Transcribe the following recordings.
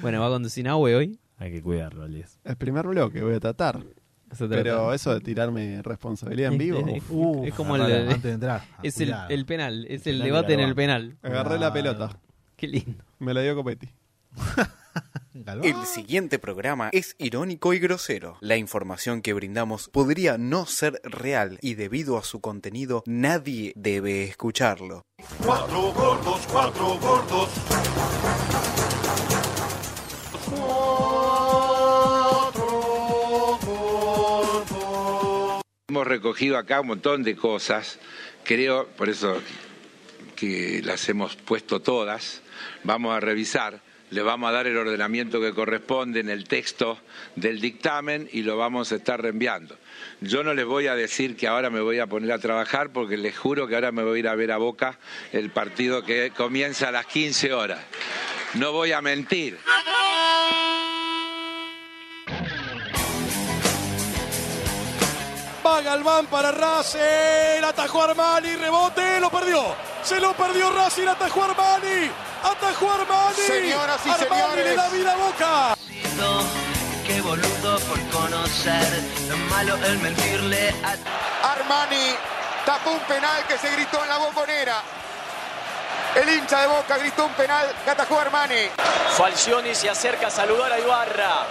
Bueno, va a conducir Nahue hoy. Hay que cuidarlo, Liz. El primer bloque voy a tratar. Eso trata. Pero eso de tirarme responsabilidad en Es- vivo. es- uf, Uh, es como el- agarralo antes de entrar. Ah, es el, cuidado. el penal, es el penal de debate en el Galván. penal. Agarré la pelota. Qué lindo. Me la dio Copetti. Galván. El siguiente programa es irónico y grosero. La información que brindamos podría no ser real y debido a su contenido nadie debe escucharlo. Cuatro gordos, cuatro gordos. Hemos recogido acá un montón de cosas, creo, por eso que las hemos puesto todas, vamos a revisar, le vamos a dar el ordenamiento que corresponde en el texto del dictamen y lo vamos a estar reenviando. Yo no les voy a decir que ahora me voy a poner a trabajar porque les juro que ahora me voy a ir a ver a Boca el partido que comienza a las 15 horas. No voy a mentir. Va Galván para Racing. Atajó Armani. Rebote. Lo perdió. Se lo perdió Racing. Atajó Armani. Atajó Armani. Señoras y Armani le da vida a boca. Qué boludo por conocer lo malo el mentirle a Armani tapó un penal que se gritó en la bombonera. El hincha de Boca gritó un penal que atajó Armani. Falcioni se acerca a saludar a Ibarra.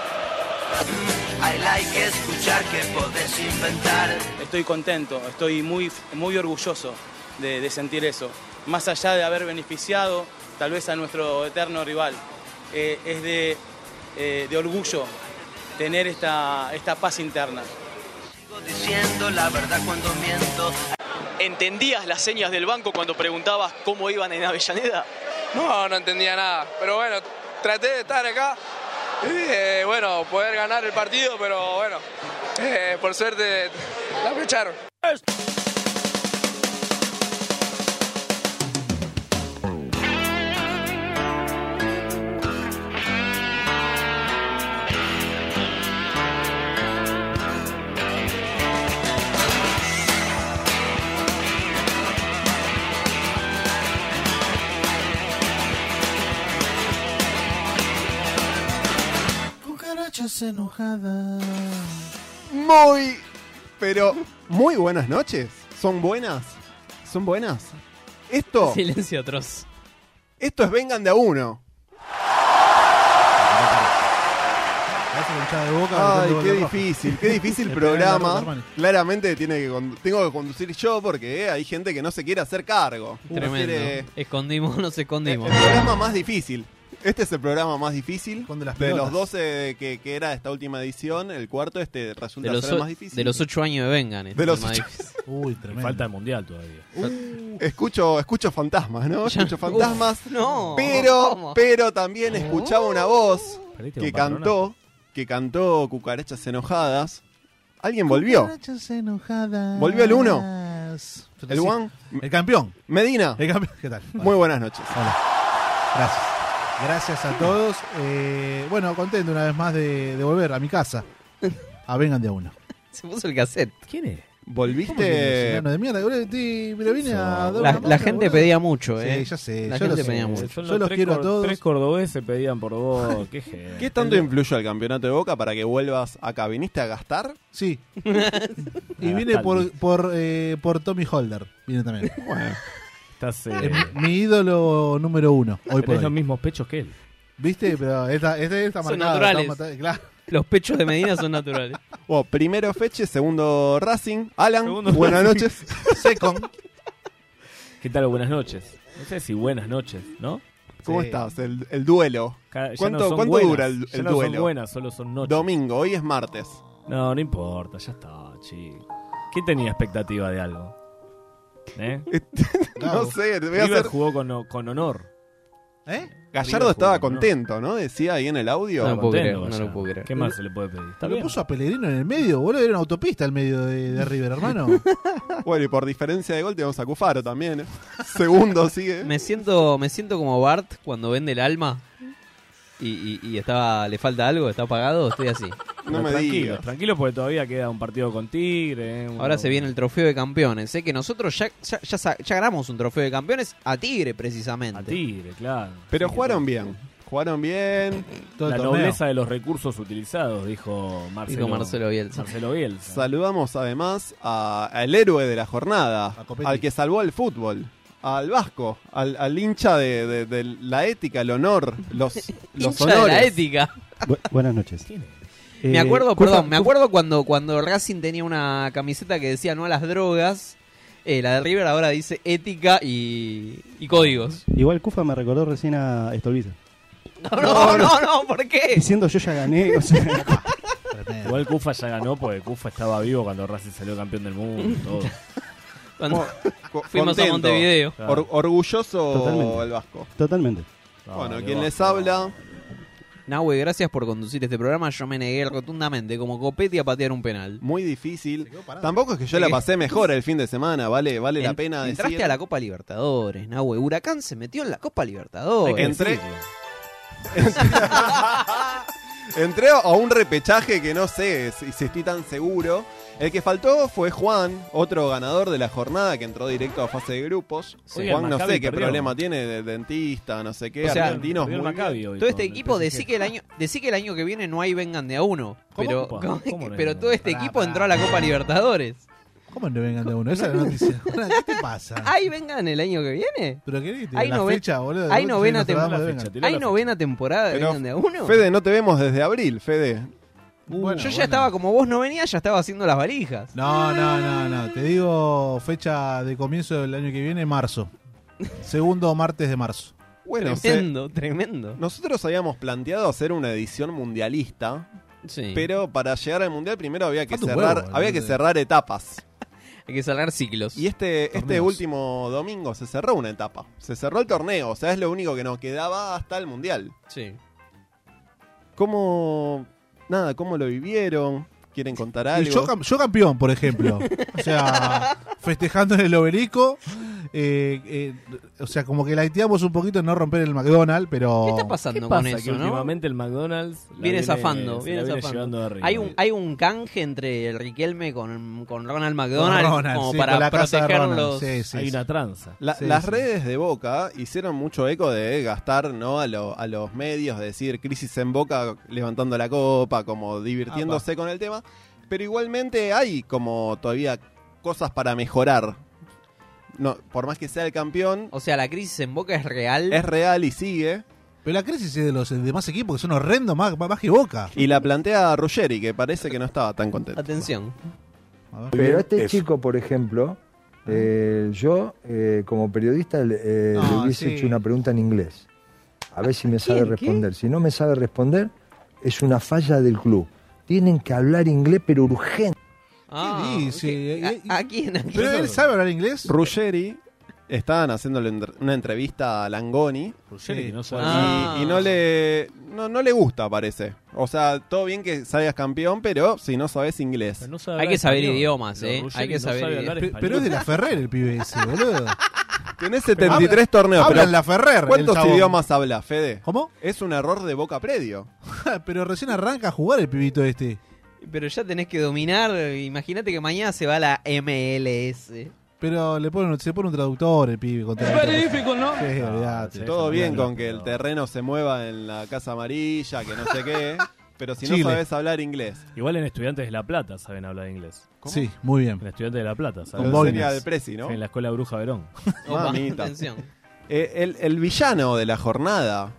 I like escuchar que podés inventar Estoy contento, estoy muy, muy orgulloso de, de sentir eso. Más allá de haber beneficiado tal vez a nuestro eterno rival, eh, es de, eh, de orgullo tener esta, esta paz interna. Sigo diciendo la verdad cuando miento ¿Entendías las señas del banco cuando preguntabas cómo iban en Avellaneda? No, no entendía nada. Pero bueno, traté de estar acá y eh, bueno, poder ganar el partido, pero bueno, eh, por suerte la fecharon. Cucarachas enojadas. Muy, pero muy buenas noches. ¿Son buenas? ¿Son buenas? Esto, Silencio atroz. esto es Vengan de a uno. Parece un hincha de boca. Ay, metiendo qué gol de roja. difícil, qué difícil Le pegan la ropa, programa. hermano. Claramente tiene que con- tengo que conducir yo porque eh, hay gente que no se quiere hacer cargo. Tremendo. Uh, Quiere- Eh, Escondimos, nos el escondimos. programa más difícil. Este es el programa más difícil. Con de las los pelotas. 12 que, que era esta última edición, el cuarto este resulta De los, ser el o- más difícil. de los ocho años de Vengan. este De los es el más ocho- difícil. Uy, Y tremendo. falta el mundial todavía. Escucho, escucho fantasmas, ¿no? Ya- Escucho fantasmas. Uf, no. Pero, ¿Cómo? pero también escuchaba una voz Perdiste que Este con Barcelona. cantó, que cantó Cucarachas Enojadas. Alguien volvió. Cucarachas enojadas. Volvió el uno. Pero El sí. Juan El campeón. Medina. El campeón. ¿Qué tal? Muy buenas noches. Hola. Gracias. Gracias a todos. Eh, bueno, contento una vez más de, de volver a mi casa. A vengan de a uno. Se puso el cassette. ¿Quién es? ¿Cómo que Volviste. fulano de mierda? Boludo, te- Pero vine a dar La, una la mano, gente boludo. pedía mucho, ¿eh? Sí, ya sé. La yo lo gente sé. pedía mucho. Eh, Yo los tres quiero a cor- todos. Tres cordobeses pedían por vos. Qué gente. ¿Qué tanto influyó el campeonato de Boca para que vuelvas acá? ¿Viniste a gastar? Sí. y vine Gastaldi. por, por, eh, por Tommy Holder. Vine también. Bueno, Estás, eh, Es mi- mi ídolo número uno. Hoy por tenés hoy. los mismos pechos que él. ¿Viste? Pero esta, este esta, esta Son marcada, naturales. está mata- claro. Los pechos de Medina son naturales. Bueno, primero Feche, segundo Racing. Alan, Segundo buenas Racing. noches. Second. ¿Qué tal? Buenas noches. No sé si buenas noches, ¿no? ¿Cómo Sí. estás? El, el duelo. Ca- ya ¿Cuánto- no son cuánto buenas, dura el- ya el no duelo? son buenas, solo son noches. Domingo, hoy es martes. No, no importa, ya está, chico. ¿Quién tenía expectativa de algo? ¿Eh? No sé, te Este, voy a River hacer. jugó con, con honor. ¿Eh? Gallardo estaba jugó, ¿no? contento, ¿no? Decía ahí en el audio. No, Estaba puedo contento, creer, no Gallardo. lo puedo creer. ¿Qué más se le puede pedir? Está Lo bien. puso a Pellegrino en el medio, boludo. Era una autopista el medio de, de River, hermano. Bueno, y por diferencia de gol tenemos a Cufaro también. ¿eh? Segundo sigue. Me siento, me siento como Bart cuando vende el alma y, y- y estaba, le falta algo, está apagado, estoy así. No Pero me tranquilo, digas. tranquilo porque todavía queda un partido con Tigre. ¿eh? Un- Ahora se viene el trofeo de campeones. Sé que nosotros ya, ya, ya sa- ya ganamos un trofeo de campeones a Tigre, precisamente. A Tigre, claro. Pero Sí, jugaron que- bien. Jugaron bien. Todo el la torneo. nobleza de los recursos utilizados, dijo Marcelo, Marcelo Bielsa. Marcelo Bielsa. Saludamos además a- al héroe de la jornada, A Copetti. al que salvó el fútbol, al vasco, al, al hincha de, de- de la ética, el honor, los, los Hincha de la honores. ética. buenas noches. Me Eh, acuerdo, Cufa- perdón, me Cufa- acuerdo cuando, cuando Racing tenía una camiseta que decía no a las drogas. eh, la de River ahora dice ética y, y códigos. Igual Cufa me recordó recién a Estolviza. No, no, no, no, ¿por qué? Diciendo yo ya gané, o sea, Tremendo. Igual Cufa ya ganó porque Cufa estaba vivo cuando Racing salió campeón del mundo. todo. Cuando Co- fuimos a contento. Montevideo. Claro. Or- orgulloso Totalmente. el vasco. totalmente. Ah, bueno, qué quien bajo. les habla, Nahue, gracias por conducir este programa. Yo me negué rotundamente, como copete, a patear un penal. muy difícil. quedó parado. Tampoco es que yo la pasé mejor el fin de semana, vale, vale la En- pena decir. entraste a la Copa Libertadores, Nahue. Huracán se metió en la Copa Libertadores. Hay que Entré- Entré a un repechaje que no sé si, si estoy tan seguro. El que faltó fue Juan, otro ganador de la jornada que entró directo a fase de grupos. Sí, Juan el no Maccabi sé qué perdió. problema tiene de dentista, no sé qué, O sea, argentinos Perdió el muy Maccabi hoy Todo este con el equipo, PSG. decí que, el año, decí que el año que viene no hay vengan de a uno. ¿Cómo? Pero, ¿Cómo? ¿Cómo no pero hay todo vengan? este Pará, equipo pará. entró a la Copa Libertadores. ¿Cómo no vengan de uno? Esa es la noticia. ¿Qué te pasa? ¿Hay vengan el año que viene? ¿Pero qué viste? Hay la noven- fecha, boludo. hay Vos novena nos acordamos temporada. de vengan. Fecha. Tirá ¿Hay la novena temporada de Pero, vengan de a uno? Uh, Fede, no te vemos desde abril, Fede. Bueno, Yo ya bueno. estaba, como vos no venías, ya estaba haciendo las valijas. No, no, no, no. Te digo fecha de comienzo del año que viene, marzo. Segundo martes de marzo. Bueno, se- tremendo, tremendo. nosotros habíamos planteado hacer una edición mundialista, Sí. pero para llegar al mundial primero había que Ah, tu cerrar, huevo, había que boludo. cerrar etapas. Hay que cerrar ciclos. Y este, este Torneos. último domingo se cerró una etapa. Se cerró el torneo, o sea, es lo único que nos quedaba hasta el mundial. Sí. ¿Cómo. Nada, cómo lo vivieron? ¿Quieren contar Y algo? yo, cam- yo campeón, por ejemplo. O sea, festejando en el obelisco. eh, eh, o sea, como que laiteamos un poquito en no romper el McDonald's, pero. ¿Qué está ¿Qué pasando con pasa que eso, no? últimamente el McDonald's la Viene zafando, se viene la zafando. llevando arriba? Hay un, hay un canje entre el Riquelme con, con Ronald McDonald Con Ronald, como sí, para con la casa de proteger Ronald, los- sí, sí, Hay sí. una tranza. La- Sí, las sí. redes de Boca hicieron mucho eco de gastar ¿no? a, lo- a los medios, de decir crisis en Boca levantando la copa, como divirtiéndose con el tema. Pero igualmente hay como todavía cosas para mejorar. No, por más que sea el campeón, O sea, la crisis en Boca es real. es real y sigue. Pero la crisis es de los demás equipos que son horrendos, más, más que boca. Y la plantea Ruggeri, que parece que no estaba tan contento. Atención. Pero este chico, por ejemplo, eh, yo como periodista le, No, hubiese sí. hecho una pregunta en inglés. A ver si me sabe ¿Quién? ¿Qué? responder. Si no me sabe responder, es una falla del club. Tienen que hablar inglés, pero urgente. Ah, dice? ok. ¿A- ¿A quién? ¿A quién? Pero él sabe hablar inglés. Ruggeri estaban haciéndole entre- una entrevista a Langoni Ruggeri, Sí. no y, sabe. Ah. y no le no, no le gusta, parece. O sea, todo bien que salgas campeón, pero si no sabes inglés. No sabe Hay hablar que saber español. idiomas, Pero eh. Ruggeri Hay que no saber sabe idiomas. hablar Pe- español. pero es de la Ferrer el pibe ese, boludo. Tenés 73 torneos, Habla pero en la Ferrer. el ¿cuántos chabón. idiomas habla, Fede? ¿Cómo? Es un error de boca predio. pero recién arranca a jugar el pibito este. Pero ya tenés que dominar. Imagínate que mañana se va a la MLS. Pero le ponen, se pone un traductor el pibe. Con traductor. ¿no? Sí, olvidate. sí. Todo sí, bien claro, con que el pero- terreno se mueva en la Casa Amarilla, que no sé qué, pero si Chile. no sabes hablar inglés. Igual en Estudiantes de La Plata saben hablar inglés. Ah, Sí, muy bien. En Estudiantes de La Plata, Con saben. Lo Boinas. sería de Presi, ¿no? En la Escuela Bruja Verón. Opa, Mamita. atención. Eh, el, el villano de la jornada,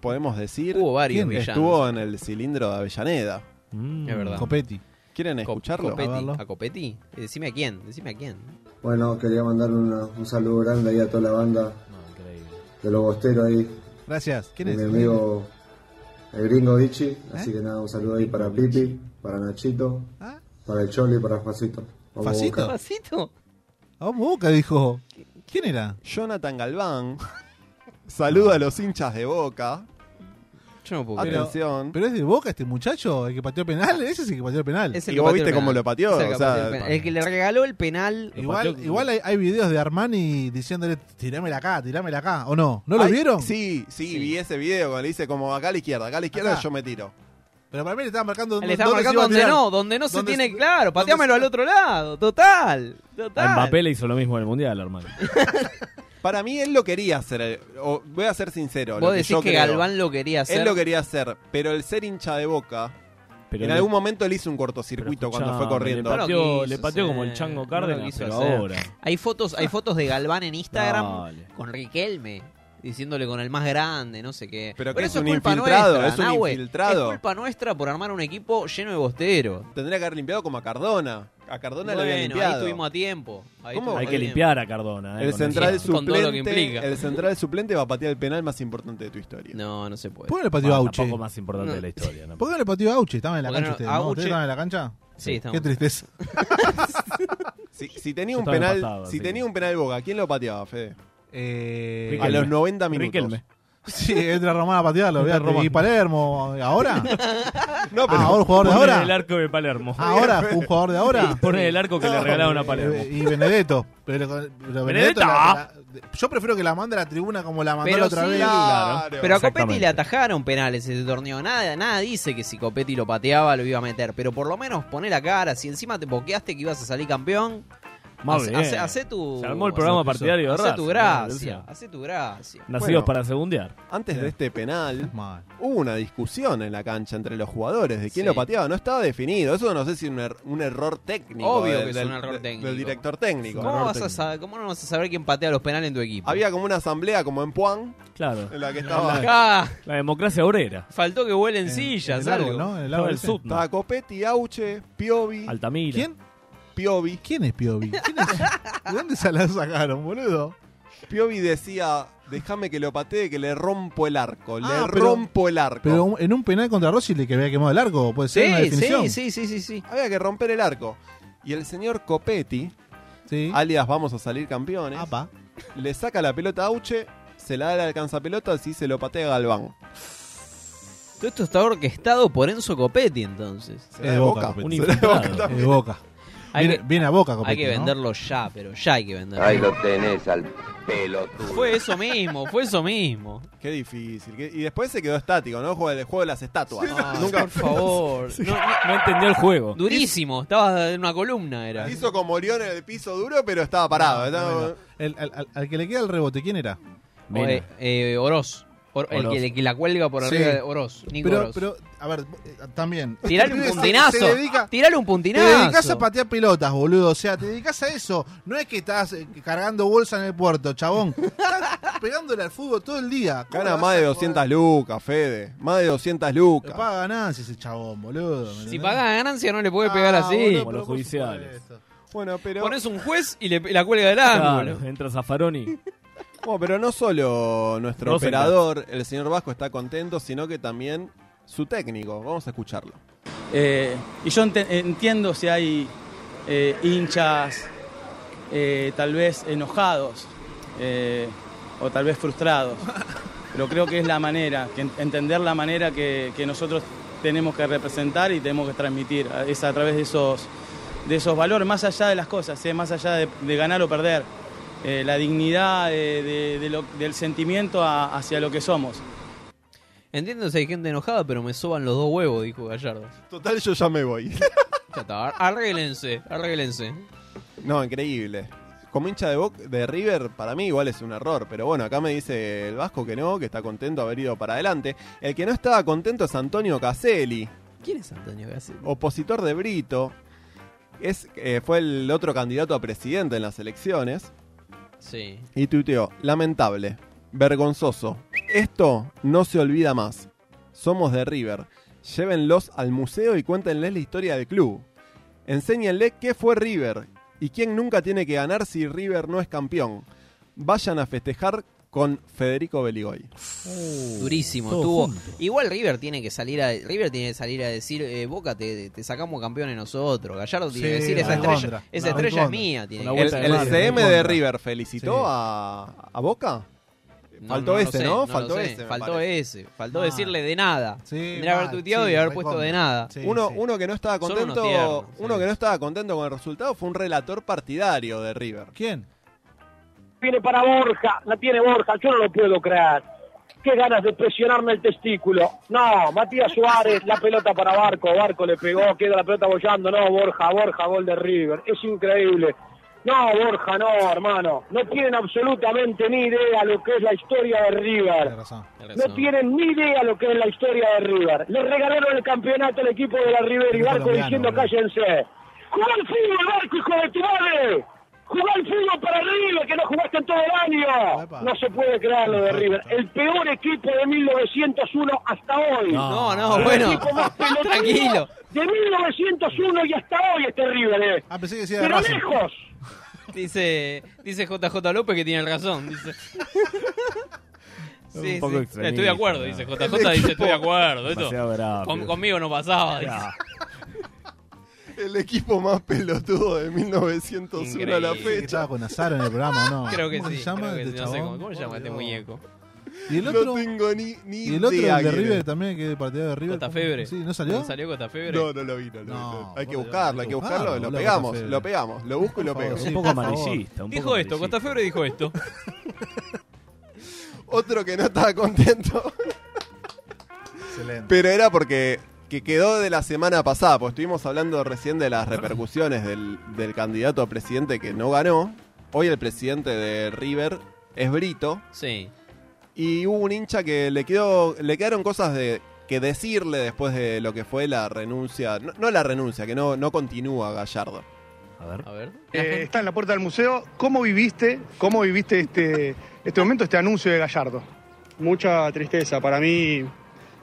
podemos decir, Hubo varios ¿Quién villanos. estuvo en el cilindro de Avellaneda. Mm. Es verdad. Copetti. ¿Quieren Co- escucharlo? Copetti. A verlo. ¿A Copetti? Eh, Decime a quién. Decime a quién. Bueno, quería mandar una- un saludo grande ahí a toda la banda No, Mm, increíble. de los bosteros ahí. Gracias. ¿Quién de es? Mi amigo el gringo Vichy. Así que nada, un saludo ahí para Pipi, para Nachito, Ah. para el Choli y para Facito. Vamos, ¿Facito? Boca. ¿Pasito? Vamos, Boca dijo. ¿Quién era? Jonathan Galván. Saluda a los hinchas de Boca. Yo no puedo creer. Atención. ¿Pero es de Boca este muchacho? ¿El que pateó penal? Ese sí que pateó penal. Es Y el que vos pateó viste el cómo penal. lo pateó, Es el que o sea, pateó el penal. El que le regaló el penal. Lo Igual, pateó- igual hay, hay videos de Armani diciéndole, tirámela acá, tirámela acá. ¿O no? ¿No lo Ay, vieron? Sí, sí, Sí. vi ese video cuando le dice como acá a la izquierda, acá a la izquierda Acá. yo me tiro. Pero para mí le estaba marcando Le dónde estaba dónde se marcando iba a donde tirar. no, donde no se ¿Dónde tiene se- claro, dónde pateámelo se- al otro lado, total, A total. Mbappé le hizo lo mismo en el Mundial, hermano. Para mí él lo quería hacer. eh, o- voy a ser sincero. lo Vos que decís yo que creo. Galván lo quería hacer. Él lo quería hacer, pero el ser hincha de boca. Pero en le- algún momento él hizo un cortocircuito cuando fue escuchame, corriendo. le pateó- No lo le quiso pateó como hacer, el Chango no lo Cárdenas, quiso pero hacer. ahora. Hay fotos, hay fotos de Galván en Instagram Dale. con Riquelme diciéndole con el más grande, no sé qué. Pero que es un culpa infiltrado, nuestra, es un Nahue. infiltrado. Es culpa nuestra por armar un equipo lleno de bosteros. Tendría que haber limpiado como a Cardona. A Cardona le había Bueno, limpiado. ahí estuvimos a tiempo. Ahí ¿Cómo? estuvimos Hay a que tiempo. limpiar a Cardona. eh, El con central, eso. Ah, Con todo lo que suplente, implica. el central suplente va a patear el penal más importante de tu historia. No, no se puede. ¿Por qué no le pateó Bueno, a Auche? Ah, Tampoco más importante de la historia. ¿no? ¿Por qué no le pateó a Auche? Estaban en la Porque cancha no, ustedes, ¿no? Auche- ¿Ustedes estaban en la cancha? Sí, estamos. Qué tristeza. Si, si tenía Yo un estaba penal, empatado, así si que- tenía un penal Boca, ¿quién lo pateaba, Fede? Eh, A Riquelme. los 90 minutos. Riquelme. Sí, entra Román a patearlo. Entra olvídate. Román. ¿Y Palermo? ¿Ahora? No, pero Ah, ahora un jugador de Ponen ahora. Ah, el arco de Palermo. ¿Ahora? ¿Un jugador de ahora? Ponen el arco que le regalaron a Palermo. Eh, Y Benedetto. Pero, pero Benedetto. la- la- yo prefiero que la mande a la tribuna como la mandó Pero la otra sí, vez. Claro. Pero a Copetti Exactamente. le atajaron penales ese torneo. Nada, nada dice que si Copetti lo pateaba lo iba a meter. Pero por lo menos poné la cara. Si encima te boqueaste que ibas a salir campeón, Más hace, bien. hace- hace tu. Se armó el programa hace lo que partidario de Hace tu raza, gracia. ¿no? Hace tu gracia. Nacidos Bueno. para segundear. Antes de este penal, Mal. hubo una discusión en la cancha entre los jugadores de quién Sí. lo pateaba. No estaba definido. Eso no sé si un, er- un error técnico. Obvio de- que es del, un error de- técnico. Del director técnico. ¿Cómo, vas a saber- cómo no vas a saber quién patea los penales en tu equipo? Había como una asamblea como en Puan, Claro. en la que estaba, Acá, La democracia obrera. faltó que vuelen En- sillas, en el árbol, algo. ¿no? En el Estaba árbol el ese. Sutna, estaba Copetti, Auche, Piovi, Altamira. ¿Quién? Piovi. ¿Quién es Piovi? ¿Quién es- ¿De dónde se la sacaron, boludo? Piovi decía, déjame que lo patee, que le rompo el arco, le Ah, pero- rompo el arco. Pero un- en un penal contra Rossi le que había quemado el arco, puede ser una Oh. Sí, definición. sí, sí, sí, sí, sí. Había que romper el arco. Y el señor Copetti, Sí. alias vamos a salir campeones, Apa. le saca la pelota a Auche, se la da al alcanzapelotas y se lo patea a Galván. Todo esto está orquestado por Enzo Copetti, entonces. Se Es la de da Boca, Un Se la da Boca infiltrado. Eh, Boca. Hay Viene, que- viene a Boca, Hay Copetti, que ¿no? venderlo ya, pero ya hay que venderlo. Ahí lo tenés al pelotudo. Fue eso mismo, fue eso mismo. Qué difícil. qué- Y después se quedó estático, ¿no? Juego, el juego de las estatuas. Ah. Ay, Nunca por favor. No, No entendió el juego. no, durísimo, estaba en una columna era. hizo como León en el piso duro, pero estaba parado. estaba- Bueno, el- al, al- al que le queda el rebote, ¿quién era? Mira. Eh, eh, Oroz. Or- el Oroz. que, el que la cuelga por Sí. arriba de Oroz. Nico Pero, Oroz. pero, a ver, eh, también. Tirale un Se- se puntinazo. dedica- Tirale un Te puntinazo. dedicas a patear pelotas, boludo. O sea, te dedicas a eso. No es que estás eh, cargando bolsa en el puerto, chabón. Estás pegándole al fútbol todo el día. ¿Cómo Gana vas más a de poder- 200 lucas, Fede. Más de 200 lucas. Paga ganancias ese chabón, boludo. ¿me Si entendés? paga ganancia no le puede pegar Ah, así. boludo, Como los pero por judiciales. supuesto. Bueno, pero, Pones un juez y le, la cuelga del ángulo. Claro, entra Zaffaroni. bueno, pero no solo nuestro Rosenblatt. operador, el señor Vasco, está contento, sino que también su técnico. Vamos a escucharlo. Eh, y yo ente- entiendo si hay eh, hinchas eh, tal vez enojados eh, o tal vez frustrados, pero creo que es la manera, que en- entender la manera que, que nosotros tenemos que representar y tenemos que transmitir, a- es a través de esos, de esos valores, más allá de las cosas, ¿eh? más allá de, de ganar o perder, eh, la dignidad de- de- de lo- del sentimiento a- hacia lo que somos. Entiendo si hay gente enojada, pero me soban los dos huevos, dijo Gallardo. Total, yo ya me voy. Ya está, ar- arréglense, arréglense. No, increíble. Como hincha de, Boc- de River, para mí igual es un error. Pero bueno, acá me dice el Vasco que no, que está contento de haber ido para adelante. El que no estaba contento es Antonio Caselli, ¿Quién es Antonio Gasset? opositor de Brito. Es, eh, fue el otro candidato a presidente en las elecciones. Sí. Y tuiteó, lamentable, vergonzoso. Esto no se olvida más. Somos de River. Llévenlos al museo y cuéntenles la historia del club. Enséñenle qué fue River y quién nunca tiene que ganar si River no es campeón. Vayan a festejar con Federico Beligoy. Uh, Uh, Durísimo, todo estuvo. junto. Igual River tiene que salir a River tiene que salir a decir, eh, Boca te, te sacamos campeones nosotros. Gallardo tiene que Sí, decir esa recontra. estrella, esa No, estrella es recontra. mía. Tiene Una que El, vuelta decir. de el mano, CM en de contra. River felicitó Sí. a, a Boca. No, Faltó no lo ese, sé, ¿no? lo Faltó sé, ese, me Faltó parece. ese. Faltó Ah. decirle de nada. Sí, Tendría que haber mal, tuiteado sí, y haber recontra. puesto de nada. Sí, uno, sí. uno que no estaba Son unos contento, tiernos, uno sí. que no estaba contento con el resultado fue un relator partidario de River. ¿Quién? Viene para Borja, la tiene Borja, yo no lo puedo creer. Qué ganas de presionarme el testículo. No, Matías Suárez, la pelota para Barco, Barco le pegó, queda la pelota bollando. No, Borja, Borja, gol de River. Es increíble. No, Borja, no, hermano. No tienen absolutamente ni idea lo que es la historia de River. No tienen ni idea lo que es la historia de River. Le regalaron el campeonato al equipo de la River y Es Barco colombiano, diciendo boludo. cállense. ¡Jugá al fútbol, Barco, hijo de tu madre! ¡Jugá al fútbol para River, que no jugaste en todo el año! No se puede creer lo de River. El peor equipo de 1901 hasta hoy. No, no, bueno. El equipo más pelotudo Tranquilo. De 1901 y hasta hoy este River, eh. de Pero Ah, Racing. lejos. Dice, dice JJ López que tiene razón. Dice. Sí, Un poco sí. extremista. Estoy de acuerdo, dice JJ. El Dice, equipo- estoy de acuerdo. esto- Demasiado bravo. con- conmigo no pasaba. dice. El equipo más pelotudo de 1901 a la Increíble. fecha. Estaba con Azaro en el programa, Ah, ¿no? Creo que ¿Cómo sí. se llama creo que este sí, no sé chabón? cómo, cómo se llama este muñeco. ¿Y el No otro? tengo ni, ni Y el otro, idea el de quién River es. también, que es partidario de River. ¿cómo? Cotafebre. Sí, ¿no salió? ¿Salió Cotafebre? No, no lo vi, no lo vi, no. Hay que boludo, buscarlo, hay que buscarlo. Lo boludo, pegamos, Cotafebre. lo pegamos. Lo busco y lo Por pego. favor, sí, por favor. Dijo esto, Cotafebre dijo esto. Otro que no estaba contento. Excelente. Pero era porque que quedó de la semana pasada, pues estuvimos hablando recién de las repercusiones del, del candidato a presidente que no ganó. Hoy el presidente de River es Brito. Sí. Y hubo un hincha que le quedó, le quedaron cosas de que decirle después de lo que fue la renuncia, no, no la renuncia, que no, no continúa Gallardo. A ver. A ver. Eh, está en la puerta del museo. ¿Cómo viviste, cómo viviste este, este momento, este anuncio de Gallardo? Mucha tristeza para mí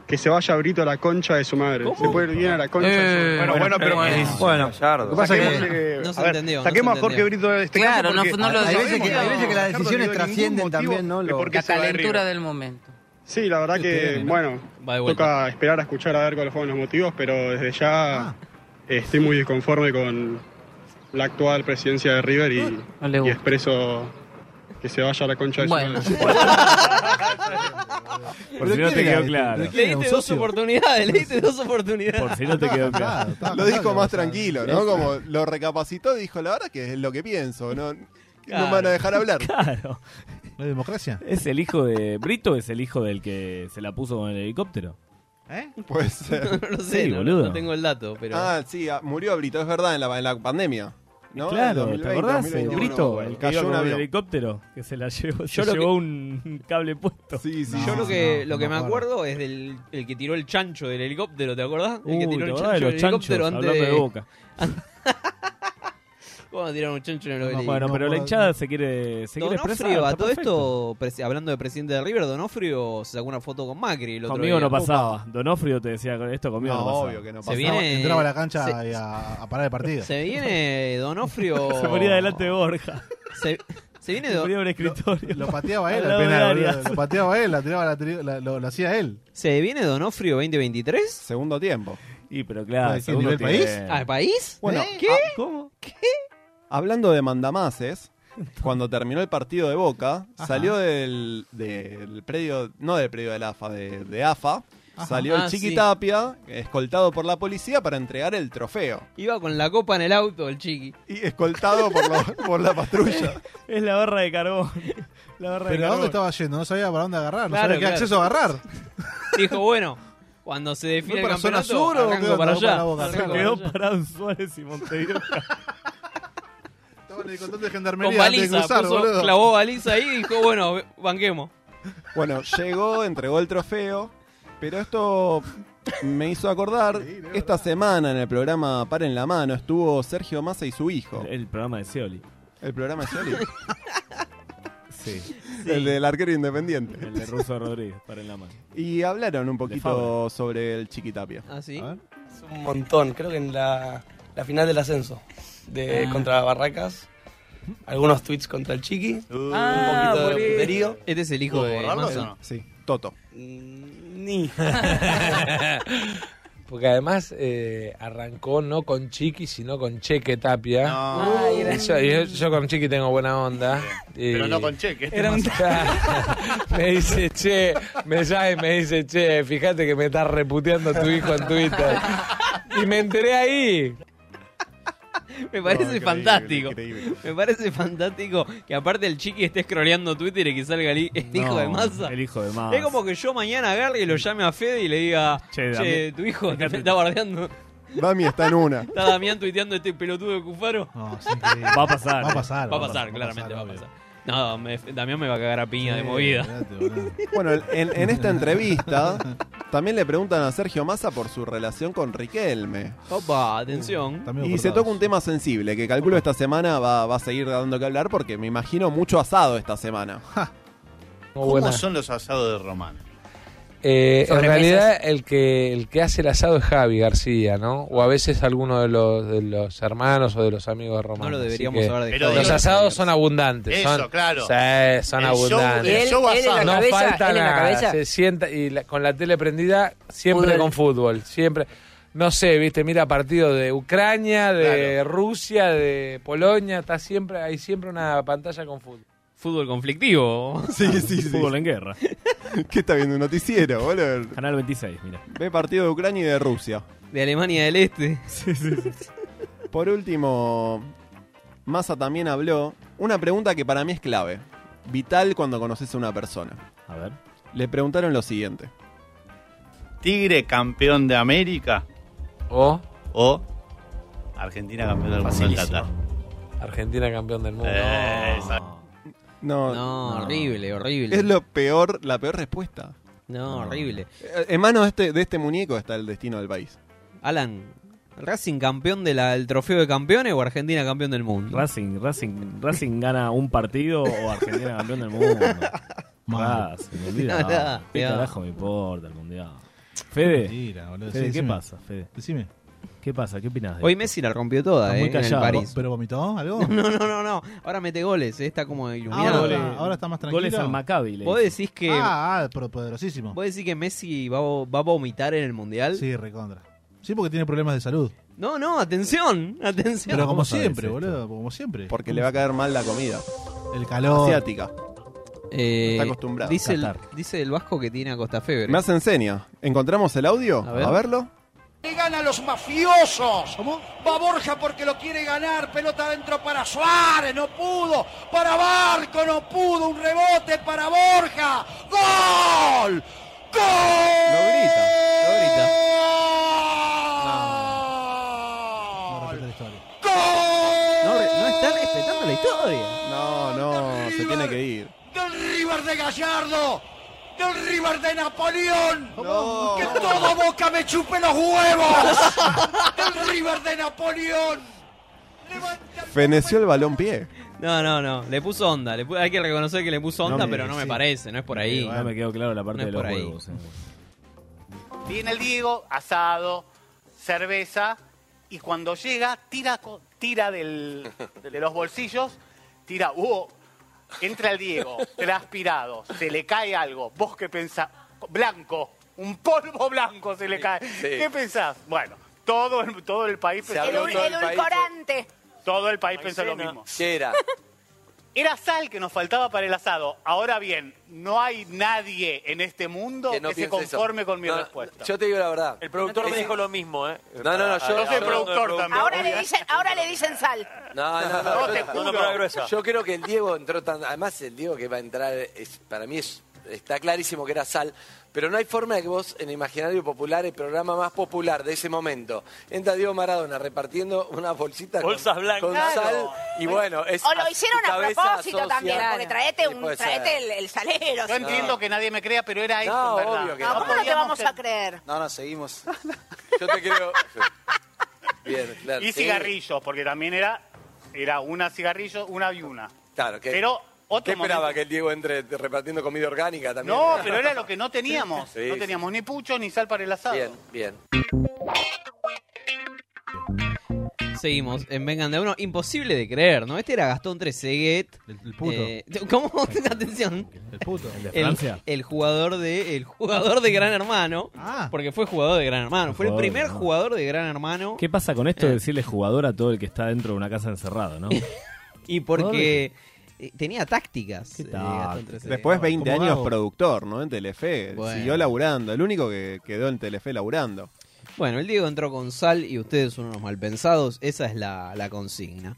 que se vaya Brito a la concha de su madre. Se puede ir bien a la concha de Eh, su bueno, bueno, pero. Bueno, Lo que Eh, pasa es que, eh, a ver, Saquemos a Jorge Brito de este Claro, caso. porque- no, no lo Hay veces que- sabemos. hay veces Gallardo no que las dio decisiones ningún trascienden motivo también, ¿no? de Lo- por qué La se va de calentura River. del momento. Sí, la verdad Ustedes, que, ¿no? bueno, de vuelta. toca esperar a escuchar a ver cuáles fueron los motivos, pero desde ya eh, estoy muy disconforme con la actual presidencia de River y, y expreso que se vaya a la concha de su madre. Por si no te quedó claro. Le diste dos oportunidades, le diste dos oportunidades. Por si no te quedó claro. Lo dijo más tranquilo, ¿no? Sí. Como lo recapacitó y dijo, la verdad que es lo que pienso, no, no Claro. me van a dejar hablar. Claro. ¿La democracia? ¿Es el hijo de Brito es el hijo del que se la puso con el helicóptero? Puede ser. No lo sé, Sí, no, boludo. no tengo el dato, pero. Pues, eh, Ah, sí, ah, murió Brito, es verdad, en la, en la pandemia. ¿no? claro, En 2020, ¿te acordás? 2021, el no me Brito, acuerdo. el que cayó iba un con el avión. helicóptero, que se la llevó, se Yo lo llevó un cable puesto. Sí, sí. yo lo que, lo que me acuerdo, es del el que tiró el chancho del helicóptero, ¿te acordás? El que Uy, tiró ¿te el acordás de chancho los del helicóptero antes chanchos? Hablando de Boca. ¿Cómo tiraron un chancho en el No, helicóptero? bueno, pero la hinchada se quiere, se quiere Donofrio, expresar. a está todo perfecto. esto, presi- hablando de presidente de River, Donofrio se sacó una foto con Macri el otro Conmigo día. no pasaba. Donofrio te decía esto conmigo No, no, pasaba. obvio que no Se pasaba. viene- Entraba a la cancha se- y a, a parar el partido. Se viene Donofrio. Se ponía delante de Borja. Se, se viene Se Don- ponía en un escritorio. Lo pateaba él Al al lado del penal, área. boludo. Lo pateaba él, la tiraba, la tri- la- lo, lo hacía él. ¿Se viene Donofrio 2023? Segundo tiempo. Y pero ¿Para claro, qué, segundo nivel tiene- país? ¿Al país? Bueno, ¿Eh? ¿Qué? ¿Cómo? Hablando de mandamases, cuando terminó el partido de Boca, Ajá. salió del, del predio, no del predio del AFA, de, de AFA, Ajá. salió Ah, el Chiqui sí. Tapia, escoltado por la policía para entregar el trofeo. Iba con la copa en el auto, el chiqui. Y escoltado por la, por la patrulla. Es la barra de carbón. La barra de Pero ¿a carbón. dónde estaba yendo? No sabía para dónde agarrar, no Claro, sabía qué claro. acceso agarrar. Dijo, bueno, cuando se ¿Voy define el para zona campeonato, sur o qué arranco onda? para ¿Voy allá. para Boca? Arranco Claro. para Quedó allá. parado en Suárez y Montevideo. Estaba en el control de gendarmería. Con antes de baliza, cruzar, puso- boludo. clavó baliza ahí y dijo, bueno, ve- banquemos. Bueno, llegó, entregó el trofeo, pero esto me hizo acordar, esta semana en el programa Paren la Mano estuvo Sergio Massa y su hijo. El programa de Seoli. El programa de Scioli. Sí. El del arquero independiente. El de Russo Rodríguez, para en la mano. Y hablaron un Fabra. poquito sobre el Chiquitapia. ¿Ah, sí? Es un montón, creo que en la, la final del ascenso de Ah. contra Barracas. Algunos tweets contra el Chiqui, Ah, un poquito de boludo. puterío. Este es el hijo ¿Puedo de borrarlos Massa. o no? Sí, Toto. Ni. Porque además eh, arrancó no con Chiqui, sino con Cheque Tapia. Ay, era- Y yo, y yo- yo con Chiqui tengo buena onda. Pero Y- no con cheque. Este Era un- me dice, che, me llama y me dice, che, fíjate que me estás reputeando tu hijo en Twitter. Y me enteré ahí. Me parece increíble, fantástico. Me parece fantástico que aparte el chiqui esté scrolleando Twitter y que salga el, hi- el hijo No, de Massa. El hijo de Massa. Es como que yo mañana agarre y lo llame a Fede y le diga, che, dame- tu hijo te fíjate. está bardeando. Dami está en una. ¿Está Damián tuiteando este pelotudo de Cufaro? No, Va a pasar. Va a pasar, va Va a a pasar, pasar, claramente va a va a pasar. No, me- Damián me va a cagar a piña de Sí, movida. olvídate, boludo. Bueno, en, en esta entrevista también le preguntan a Sergio Massa por su relación con Riquelme. Opa, atención. Y se toca un tema sensible que calculo esta semana va, va a seguir dando que hablar porque me imagino mucho asado esta semana. ¿Cómo buena. son los asados de Román? Eh, en Sobremesas. realidad el que el que hace el asado es Javi García, ¿no? O a veces alguno de los de los hermanos o de los amigos de Román. No lo Así deberíamos que haber dejado. Los Pero- asados son abundantes. Eso, son- claro. Sí, son El show- abundantes. y él- show él en la asado. no cabeza, falta él en la nada. cabeza. Se sienta y la- con la tele prendida siempre Fútbol. con fútbol, siempre. No sé, viste, mira partido de Ucrania, de Rusia, de Polonia, está siempre hay siempre una pantalla con fútbol. Fútbol conflictivo. Sí, sí, sí. Fútbol en guerra. ¿Qué está viendo? ¿Un noticiero, boludo? Canal 26, mira. Ve partido de Ucrania y de Rusia. De Alemania del Este. Por último, Massa también habló una pregunta que para mí es clave, vital cuando conoces a una persona. A ver. Le preguntaron lo siguiente. Tigre campeón de América. O. O. Argentina campeón del mundo en Qatar. Argentina campeón del mundo. Eh, No. esa- No, No, horrible, horrible. Es lo peor, la peor respuesta. No, horrible. Eh, En manos de este, de este muñeco está el destino del país. Alan, ¿Racing campeón del trofeo de campeones o Argentina campeón del mundo? Racing, Racing, Racing gana un partido o Argentina campeón del mundo. Mal. Racing, olvidá. ¿Qué Ya. carajo me importa el mundial? Fede, Mentira, boludo. Fede, Sí, ¿qué decime. pasa, Fede? Decime. ¿Qué pasa? ¿Qué opinas? Hoy Messi la rompió toda, Está eh, muy en el callado. París. ¿Pero vomitó algo? No, no, no, no. Ahora mete goles, eh, está como iluminado. Ah, Ahora, está, ahora está más tranquilo. Vos decís que Ah, ah, pero poderosísimo. vos decís que Messi va, a- va a vomitar en el mundial? Sí, recontra. Sí, porque tiene problemas de salud. No, no, atención, atención. Pero como siempre, boludo, como siempre. Porque le va a caer mal la comida. El Oh. calor. Asiática. Eh, Está acostumbrado. Dice el, Qatar. dice el vasco que tiene a Costa Febre. Me hace enseña. ¿Encontramos el audio? A A, ver. verlo. Le gana a los mafiosos. Va Borja porque lo quiere ganar. Pelota adentro para Suárez, no pudo. Para Barco, no pudo. Un rebote para Borja. ¡Gol! ¡Gol! Lo grita, lo grita. No, re- no está respetando la historia. No, no, se tiene que ir. Del River de Gallardo. Del River de Napoleón. Que todo boca me chupe los huevos. Del River de Napoleón. Feneció el balón pie. No, no, no. Le puso onda. le pu- hay que reconocer que le puso onda, me- pero no me sí. parece. No es por ahí. No Eh, me quedó claro la parte No es de los por ahí. juegos. eh. Viene el Diego, asado, cerveza, y cuando llega, tira, co- tira del- de los bolsillos, tira, uh, entra el Diego, transpirado, se le cae algo. Vos qué pensás, blanco, un polvo blanco se le cae. ¿Qué pensás? Bueno, todo el, todo el país pensó El, lo ul- mismo. el edulcorante. Todo el país pensó lo mismo. era? Era sal que nos faltaba para el asado. Ahora bien, no hay nadie en este mundo que, no se piense eso. conforme con mi No, respuesta. Yo te digo la verdad. El productor me dijo lo mismo, ¿eh? No, no, no. Yo, Yo soy productor también. Ahora le dicen, ahora le dicen sal. No, no, no. No, yo- te juro. No, no, gruesa. Yo creo que el Diego entró tan. Además, el Diego que va a entrar, es, para mí es, está clarísimo que era sal. Pero no hay forma de que vos, en el imaginario popular, el programa más popular de ese momento, entra Diego Maradona repartiendo unas bolsitas Bolsas con, blancas. con Claro. sal. Y bueno, es. o lo así, hicieron a cabeza propósito asocia- también, porque traete, Sí, un, puede ser. traete el, el salero. Yo entiendo que nadie me crea, pero era eso, No, en ¿verdad? obvio que No, ¿Cómo no te podíamos vamos a ser- creer? No, no, seguimos. Yo te creo. Bien, claro. Y sí. cigarrillos, porque también era, era una cigarrillo, una y una. Claro, que. Pero otro ¿Qué esperaba? momento. ¿Que el Diego entre repartiendo comida orgánica también? No, pero era lo que no teníamos. Sí, no sí. teníamos ni pucho ni sal para el asado. Bien, bien. Seguimos en Vengan de a Uno. Imposible de creer, ¿no? Este era Gastón Trezeguet. El, puto. ¿Cómo? Atención. El puto. El, el jugador de el jugador de Gran Hermano. Porque fue jugador de Gran Hermano. Fue el Ah. Jugador de primer Gran jugador de Gran Hermano. ¿Qué pasa con Eh. esto de decirle jugador a todo el que está dentro de una casa encerrado, no? Y porque eh, tenía tácticas. eh, Gastón Trezeguet. Después 20 ¿Cómo años hago? productor, ¿no? En Telefe. Bueno. Siguió laburando. El único que quedó en Telefe laburando. Bueno, el Diego entró con sal y ustedes son unos malpensados. Esa es la, la consigna.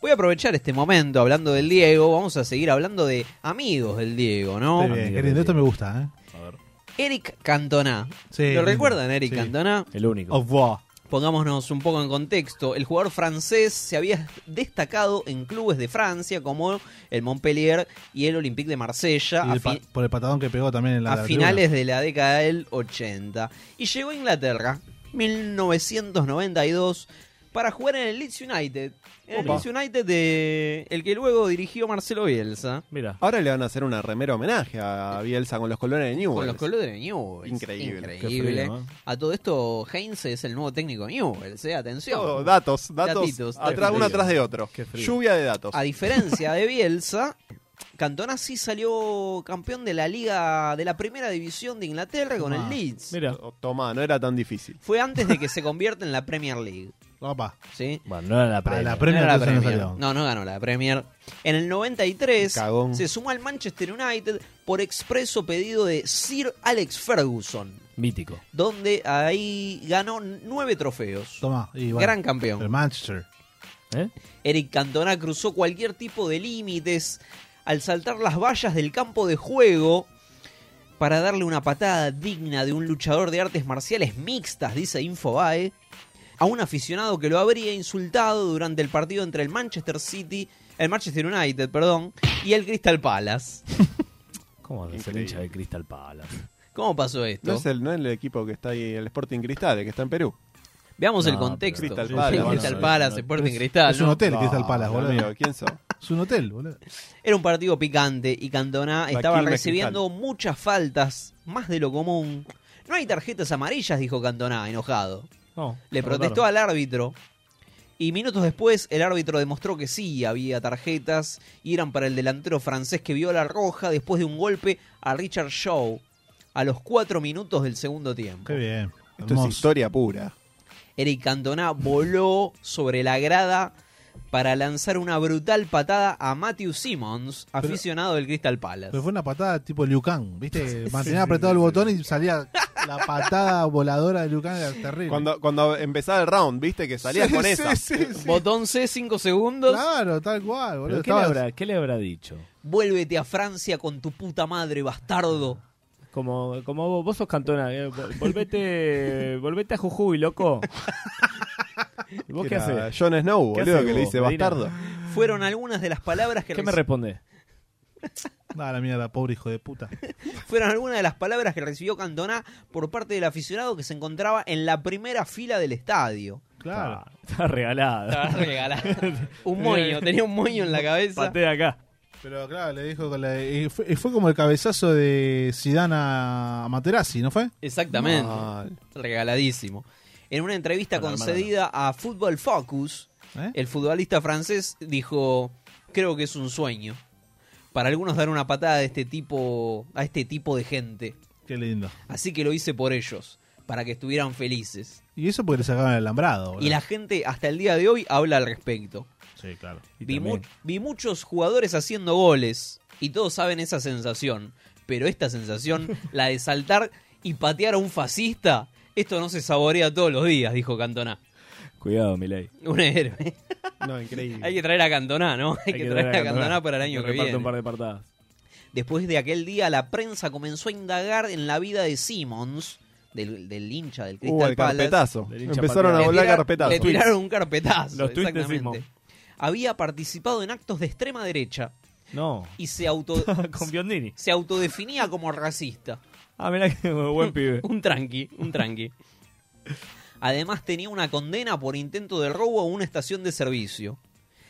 Voy a aprovechar este momento hablando del Diego. Vamos a seguir hablando de amigos del Diego, ¿no? Qué bien, qué lindo. Esto me gusta, ¿eh? Eric Cantona. Sí, ¿Lo lindo. recuerdan, Eric Sí. Cantona? Oh. El único. Au revoir. Pongámonos un poco en contexto. El jugador francés se había destacado en clubes de Francia como el Montpellier y el Olympique de Marsella. Y a el pa- fin- por el patadón que pegó también en la a la finales de la década del 80. Y llegó a Inglaterra, 1992, para jugar en el Leeds United. En el Opa. Leeds United, de, el que luego dirigió Marcelo Bielsa. Mira. Ahora le van a hacer una remera homenaje a Bielsa con los colores de Newell's. Con los colores de Newell's. Increíble. Increíble. Qué frío, ¿eh? A todo esto, Heinze es el nuevo técnico de Newell's, eh, Atención. Todo, datos, datos, atrás- uno atrás de otro. Qué frío. Lluvia de datos. A diferencia de Bielsa, Cantona sí salió campeón de la liga, de la primera división de Inglaterra con el Leeds. Mira. Oh, Tomá, no era tan difícil. Fue antes de que se convierta en la Premier League. ¿Sí? Bueno, no era Ah, la Premier. la Premier no, era la entonces no Premier. salió. no, no ganó la Premier. En el 93 Cagón. se sumó al Manchester United por expreso pedido de Sir Alex Ferguson, Mítico. donde ahí ganó nueve trofeos. Toma, y bueno, Gran campeón. El Manchester. ¿eh? Eric Cantona cruzó cualquier tipo de límites al saltar las vallas del campo de juego para darle una patada digna de un luchador de artes marciales mixtas, dice Infobae, a un aficionado que lo habría insultado durante el partido entre el Manchester City, el Manchester United, perdón, y el Crystal Palace. ¿Cómo se hincha de Crystal Palace? ¿Cómo pasó esto? No es el, no es el equipo que está ahí, el Sporting Cristal, el que está en Perú. Veamos el contexto. Crystal Sí, Palace, Crystal bueno, Palace, no, Sporting es- Cristal, es un ¿no? hotel, Crystal Palace, Dios boludo. mío, Ah, ¿Quién sos? Es un hotel, boludo. Era un partido picante y Cantona Raquel estaba Mezquitán. recibiendo muchas faltas, más de lo común. No hay tarjetas amarillas, dijo Cantona, enojado. No, Le está protestó raro. al árbitro. Y minutos después, el árbitro demostró que sí había tarjetas y eran para el delantero francés que vio la roja después de un golpe a Richard Shaw a los cuatro minutos del segundo tiempo. Qué bien. Esto es historia pura. Eric Cantona voló sobre la grada para lanzar una brutal patada a Matthew Simmons, aficionado del Crystal Palace. Pero fue una patada tipo Liu Kang, ¿viste? Sí, Mantenía sí, apretado el botón y salía la patada voladora de Liu Kang, era terrible. Cuando, cuando empezaba el round, viste que salía Sí, con sí, esa. Botón C, 5 segundos. Claro, tal cual, boludo. ¿Pero ¿Qué, le Estabas- habrá, ¿Qué le habrá dicho? Vuélvete a Francia con tu puta madre, bastardo. Como, como vos, vos sos cantona, eh, vol- volvete, volvete a Jujuy, loco. ¿Y vos qué Era haces? John Snow, ¿Qué boludo, haces que le vos, dice Medina? bastardo. Fueron algunas de las palabras que ¿Qué me reci- responde? Ah, la mierda, pobre hijo de puta. fueron algunas de las palabras que recibió Cantona por parte del aficionado que se encontraba en la primera fila del estadio. Ah. Claro. Está regalado. Estaba regalado. Un moño, tenía un moño en la cabeza. Patea acá. Pero claro, le dijo con la- y fue, y fue como el cabezazo de Zidane a Materazzi, ¿no fue? Exactamente. Ah. Regaladísimo. En una entrevista Con Armando. concedida a Football Focus, ¿Eh? el futbolista francés dijo, creo que es un sueño. Para algunos dar una patada de este tipo, a este tipo de gente. Qué lindo. Así que lo hice por ellos, para que estuvieran felices. Y eso porque le sacaban el alambrado, boludo. Y la gente hasta el día de hoy habla al respecto. Sí, claro. Vi, también- mu- vi muchos jugadores haciendo goles y todos saben esa sensación. Pero esta sensación, la de saltar y patear a un fascista, esto no se saborea todos los días, dijo Cantona. Cuidado, Milei. Un héroe. No, increíble. Hay que traer a Cantona, ¿no? Hay, que, traer, a Cantona para el año Me que reparte viene. un par de patadas. Después de aquel día, la prensa comenzó a indagar en la vida de Simmons, del, del hincha del Uh, Crystal el Palace. carpetazo. Del hincha Empezaron a Le volar tirar- carpetazo. Le tiraron un carpetazo. Los tweets de exactamente. Había participado en actos de extrema derecha No. y se auto Con Biondini. se autodefinía como racista. Ah, mirá que buen pibe. un tranqui, un tranqui. Además tenía una condena por intento de robo a una estación de servicio.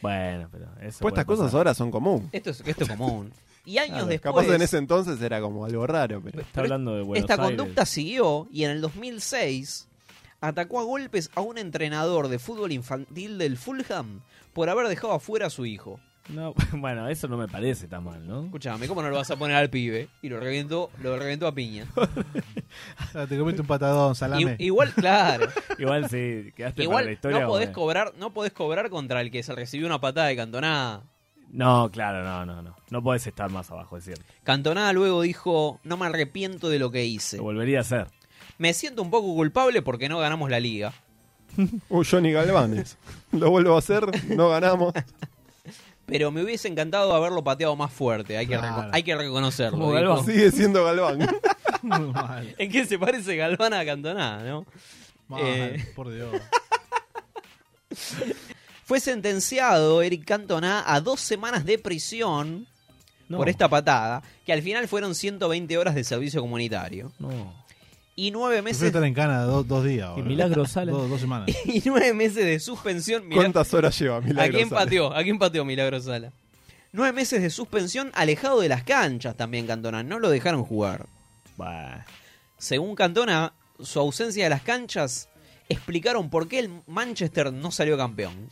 Bueno, pero eso. Pues estas puede cosas pasar. ahora son común. Esto es, esto es común. Y años Claro, después Capaz en ese entonces era como algo raro. Pero... Está hablando de Buenos esta Aires. conducta siguió y en el 2006 atacó a golpes a un entrenador de fútbol infantil del Fulham por haber dejado afuera a su hijo. No, bueno, eso no me parece tan mal, ¿no? Escuchame, ¿cómo no lo vas a poner al pibe? Y lo reventó, lo reventó a piña. Ah, te comiste un patadón, salame. I- igual, claro. Igual sí, quedaste para la Igual historia. eh. no podés, bueno. cobrar, no podés cobrar contra el que se recibió una patada de Cantoná. No, claro, no, no, no. No podés estar más abajo, es cierto. Cantoná luego dijo, no me arrepiento de lo que hice. Lo volvería a hacer. Me siento un poco culpable porque no ganamos la liga. Uh, Johnny Galvanes. Lo vuelvo a hacer, no ganamos. Pero me hubiese encantado haberlo pateado más fuerte, hay que, reco- hay que reconocerlo. Como dijo. Galván. Sigue siendo Galván. ¿En qué se parece Galván a Cantoná, no? Mal, Eh, Por Dios. Fue sentenciado Eric Cantona a dos semanas de prisión No. por esta patada, que al final fueron 120 horas de servicio comunitario. Y Prefiero nueve meses, estar en Cana dos, dos días. boludo. Milagro Sala. Dos, dos semanas. y nueve meses de suspensión. Mirá- ¿Cuántas horas lleva ¿A Milagro quién Sala? pateó? ¿A quién pateó Milagro Sala? Nueve meses de suspensión alejado de las canchas también Cantona. No lo dejaron jugar. Según Cantona, su ausencia de las canchas explicaron por qué el Manchester no salió campeón.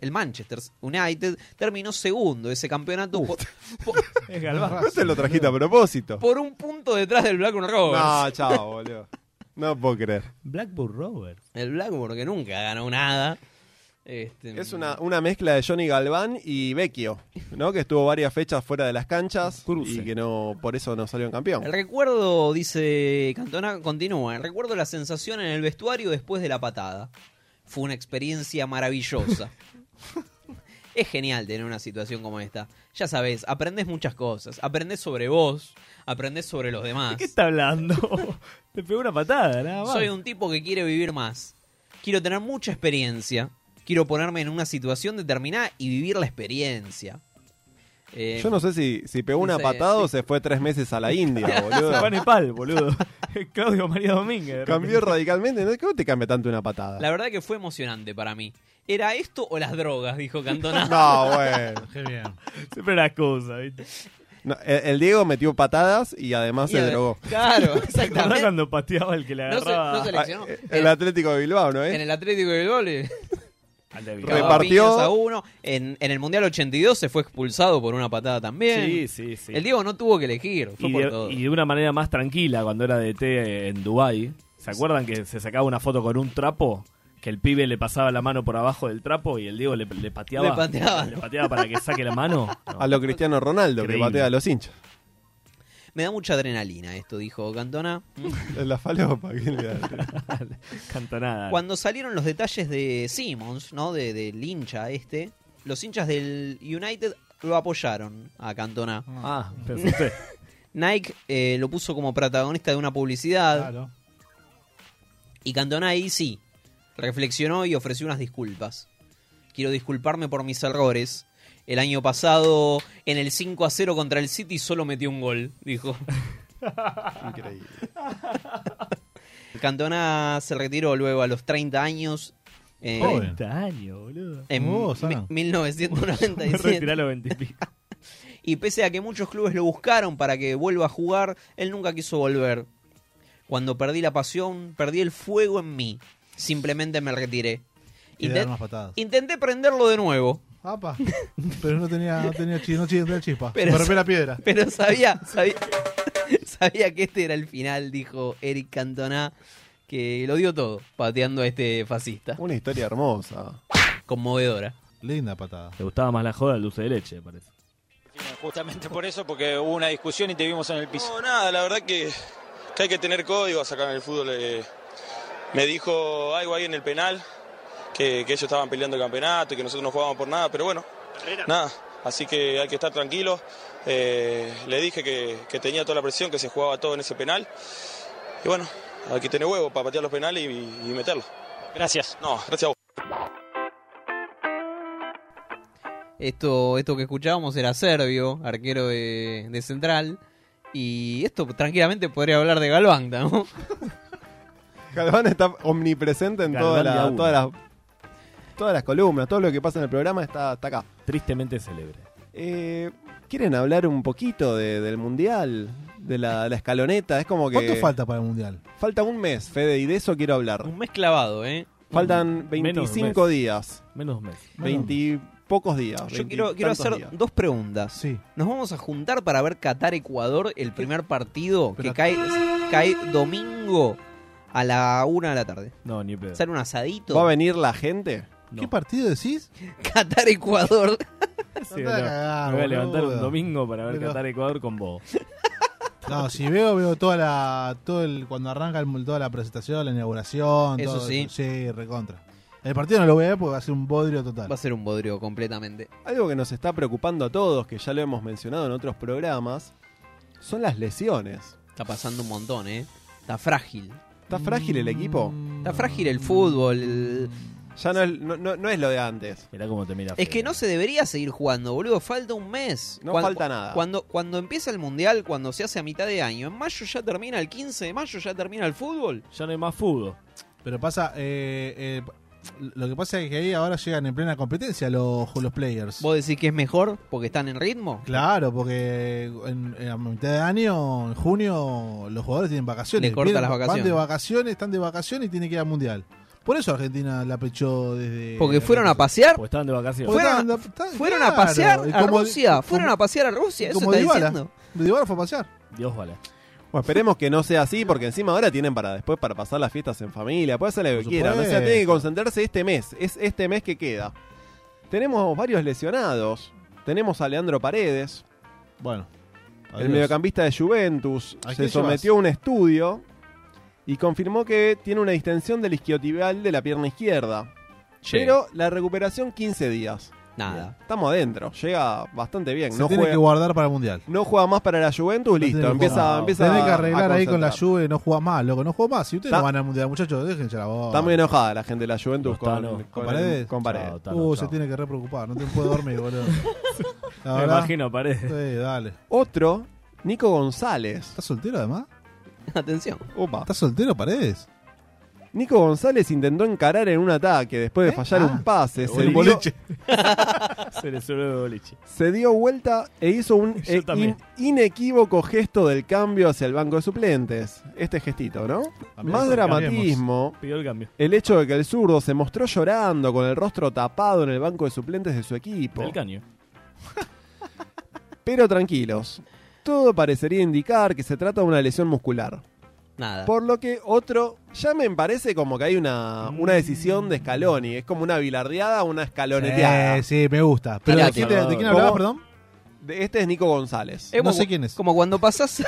El Manchester United terminó segundo ese campeonato por, por- No te Este lo trajiste a propósito. por un punto detrás del Blackburn Rovers. No, chao, boludo. No puedo creer. Blackburn Rovers. El Blackburn que nunca ganó nada. Este, Es una, una mezcla de Johnny Galván y Vecchio, ¿no? Que estuvo varias fechas fuera de las canchas y que no por eso no salió campeón. El recuerdo, dice Cantona, continúa. El recuerdo la sensación en el vestuario después de la patada. Fue una experiencia maravillosa. es genial tener una situación como esta. Ya sabes, aprendés muchas cosas. Aprendés sobre vos, aprendés sobre los demás. ¿Qué está hablando? Te pegó una patada, nada más. Soy un tipo que quiere vivir más. Quiero tener mucha experiencia. Quiero ponerme en una situación determinada y vivir la experiencia. Eh, Yo no sé si, si pegó no una sé, patada o se fue tres meses a la India, Se fue a boludo. Nepal, boludo. Claudio María Domínguez. de Cambió repente. radicalmente. ¿no? ¿Cómo te cambia tanto una patada? La verdad que fue emocionante para mí. ¿Era esto o las drogas? Dijo Cantona. No, bueno. Qué bien. Siempre las cosas, ¿viste? No, el, el Diego metió patadas y además Y se a ver, drogó. Claro, ¿Te acordás exactamente. cuando pateaba el que le No se- agarraba? no se lesionó. Ah, El Atlético de Bilbao, ¿no? En eh? el Atlético de Bilbao le Al de Bilbao. cagaba Repartió. piñas a uno. En, en el Mundial 82 se fue expulsado por una patada también. Sí, sí, sí. El Diego no tuvo que elegir, fue y, por de, todo. y de una manera más tranquila cuando era DT en Dubai. ¿Se acuerdan que se sacaba una foto con un trapo? Que el pibe le pasaba la mano por abajo del trapo y el Diego le, le pateaba. Le pateaba. le pateaba para que saque la mano. A lo Cristiano Ronaldo, Increíble. que patea a los hinchas. Me da mucha adrenalina esto, dijo Cantona. La falopa. ¿qué le da? Cantonada. Cuando salieron los detalles de Simmons, ¿no? De, del hincha este, los hinchas del United lo apoyaron a Cantona. Ah, pensé usted. Nike eh, lo puso como protagonista de una publicidad. Claro. Y Cantona ahí sí, reflexionó y ofreció unas disculpas. Quiero disculparme por mis errores. El año pasado, en el 5 a 0 contra el City, solo metí un gol, dijo. Increíble. Cantona se retiró luego a los 30 años. eh, 30 años, boludo. En Vos, mi- Alan. Me 1997. retiré a los 20 y pico. Y pese a que muchos clubes lo buscaron para que vuelva a jugar, él nunca quiso volver. Cuando perdí la pasión, perdí el fuego en mí. Simplemente me retiré. Y le Inten- dan más patadas. intenté prenderlo de nuevo, Apa. Pero no tenía, no tenía chispa. No tenía chispa. Pero- Me rompió la piedra. pero sabía, sabía, sabía que este era el final, dijo Eric Cantona, que lo dio todo pateando a este fascista. Una historia hermosa. Conmovedora. Linda patada. Le gustaba más la joda al dulce de leche, parece. Justamente por eso, porque hubo una discusión y te vimos en el piso. No, nada, la verdad que, que hay que tener códigos acá en el fútbol. eh. me dijo algo ahí en el penal, que, que ellos estaban peleando el campeonato y que nosotros no jugábamos por nada, pero bueno, nada. Así que hay que estar tranquilos. Eh, le dije que, que tenía toda la presión, que se jugaba todo en ese penal. Y bueno, hay que tener huevo para patear los penales y, y meterlo. Gracias. No, gracias a vos. Esto, esto que escuchábamos era Servio, arquero de, de Central. Y esto tranquilamente podría hablar de Galván, ¿no? Galván está omnipresente en Galván toda de a la- uno. todas las todas las columnas, todo lo que pasa en el programa está, está acá. Tristemente célebre. Eh, ¿Quieren hablar un poquito de- del mundial? De la, la escaloneta, es como que. ¿Cuánto falta para el mundial? Falta un mes, Fede, y de eso quiero hablar. Un mes clavado, ¿eh? Faltan Menos 25 mes. días. Menos meses. 20 pocos días. Yo 20 quiero, quiero tantos hacer días. dos preguntas. Nos vamos a juntar para ver Qatar-Ecuador, el primer partido que cae, cae domingo a la una de la tarde. No, ni pedo. Sale un asadito. ¿Va a venir la gente? ¿Qué partido decís? Qatar-Ecuador. Sí, Andá a no. cagar, Me voy a levantar un boludo. domingo para ver Pero- Qatar Ecuador con vos. No, si veo, veo toda la. Todo el, cuando arranca el- toda la presentación, la inauguración. Eso todo- sí. Sí, recontra. El partido no lo voy a ver porque va a ser un bodrio total. Va a ser un bodrio completamente. Algo que nos está preocupando a todos, que ya lo hemos mencionado en otros programas, son las lesiones. Está pasando un montón, ¿eh? Está frágil. Está frágil el equipo. Está frágil Mm. el fútbol. Ya no es, no, no- no es lo de antes. Mirá cómo te mira. Es que no se debería seguir jugando, boludo. Falta un mes. No falta nada. Cuando, cuando empieza el mundial, cuando se hace a mitad de año, en mayo ya termina, el 15 de mayo ya termina el fútbol. Ya no hay más fútbol. Pero pasa, eh, eh, lo que pasa es que ahí ahora llegan en plena competencia los, los players. ¿Vos decís que es mejor porque están en ritmo? Claro, porque en, en- a mitad de año, en junio, los jugadores tienen vacaciones. Le corta las vacaciones. Van de vacaciones, están de vacaciones y tienen que ir al mundial. Por eso Argentina la pechó desde. Porque fueron a pasear. Porque estaban de vacaciones. Fueron, Porque estaban- estaban- fueron a claro, pasear y a como- Rusia. Fueron como- a pasear a Rusia. Eso como está Dybala. diciendo. Dybala fue a pasear. Dios vale. Bueno, esperemos que no sea así, porque encima ahora tienen para después para pasar las fiestas en familia, puede hacer lo que Por quieran. O sea, supuesto. tienen que concentrarse este mes. Es este mes que queda. Tenemos varios lesionados. Tenemos a Leandro Paredes. Bueno. El adiós. mediocampista de Juventus ¿A se quién sometió a un estudio y confirmó que tiene una distensión del isquiotibial de la pierna izquierda. Sí. Pero la recuperación 15 días. Nada. Estamos adentro, llega bastante bien. Se no, tiene juega, que guardar para el mundial. no juega más para la Juventus, No listo. tiene que Empieza, jugar. empieza Tenés que a arreglar ahí con la concentrar. lluvia, no juega más, loco, no juega más. Si ustedes Ta- no van al mundial, muchachos, déjense la voz. Está muy enojada la gente de la Juventus No, con, Tano. con- Ah. ¿Con Paredes? con Paredes. Uh, se tiene que re preocupar, no te puedo dormir, boludo. La Me verdad- imagino, Paredes. Sí, dale. Otro, Nico González. ¿Estás soltero además? Atención. Opa. ¿Estás soltero, Paredes? Nico González intentó encarar en un ataque después de ¿Eh? fallar Ah, un pase. Se dio, se le suele el boliche. se dio vuelta e hizo un Yo eh, también. in- inequívoco gesto del cambio hacia el banco de suplentes. Este gestito, ¿no? Más dramatismo. Pidió el cambio. El hecho de que el zurdo se mostró llorando con el rostro tapado en el banco de suplentes de su equipo. El caño. Pero tranquilos, todo parecería indicar que se trata de una lesión muscular. Nada. Por lo que otro, ya me parece como que hay una, una decisión de Scaloni, es como una bilardeada, una escaloneteada. Eh, sí, me gusta. Pero Mirá, ¿de quién, te- Salvador. de quién hablabas, ¿Cómo? perdón? De- Este es Nico González. No sé quién es. Como cuando pasás.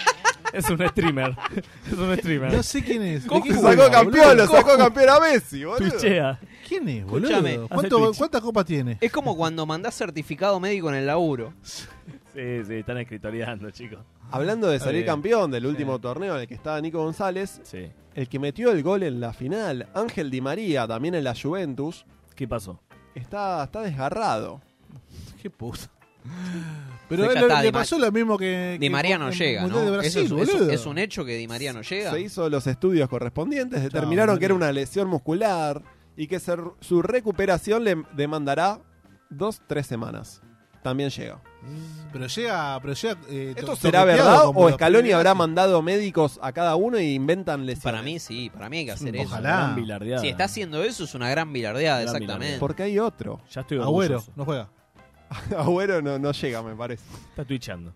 es un streamer. Es un streamer. No sé quién es. ¿De Cocu quién sacó juega, campeón, boludo? lo sacó Cocu. campeón a Messi, boludo. Tuchea. ¿Quién es, Escuchame, boludo? hace ¿Cuánto- Twitch. ¿Cuántas copas tiene? Es como cuando mandás certificado médico en el laburo. Sí, sí, están escritoriando, chicos. Hablando de salir Eh, campeón del último torneo en el que estaba Nico González, Sí. el que metió el gol en la final, Ángel Di María, también en la Juventus, ¿Qué pasó? está, está desgarrado. Qué puta. Pero Acá él- está, le Di Ma- pasó lo mismo que. Di que María con- no en llega, Mundial ¿no? de Brasil, Eso es- eso- boludo. es un hecho que Di María no llega. Se hizo los estudios correspondientes, determinaron que era una lesión muscular y que se- su recuperación le demandará dos, tres semanas. También llega. Pero llega. Pero llega eh, to- ¿Esto será toqueteado verdad como o los Scaloni pibes. habrá mandado médicos a cada uno e inventan lesiones? Para mí sí, para mí hay que hacer eso. Ojalá. Gran bilardeada. Si está haciendo eso es una gran bilardeada, Gran exactamente. bilardeada. Porque hay otro. Ya estoy Agüero, no juega. Agüero no, no llega, me parece. Está twitchando.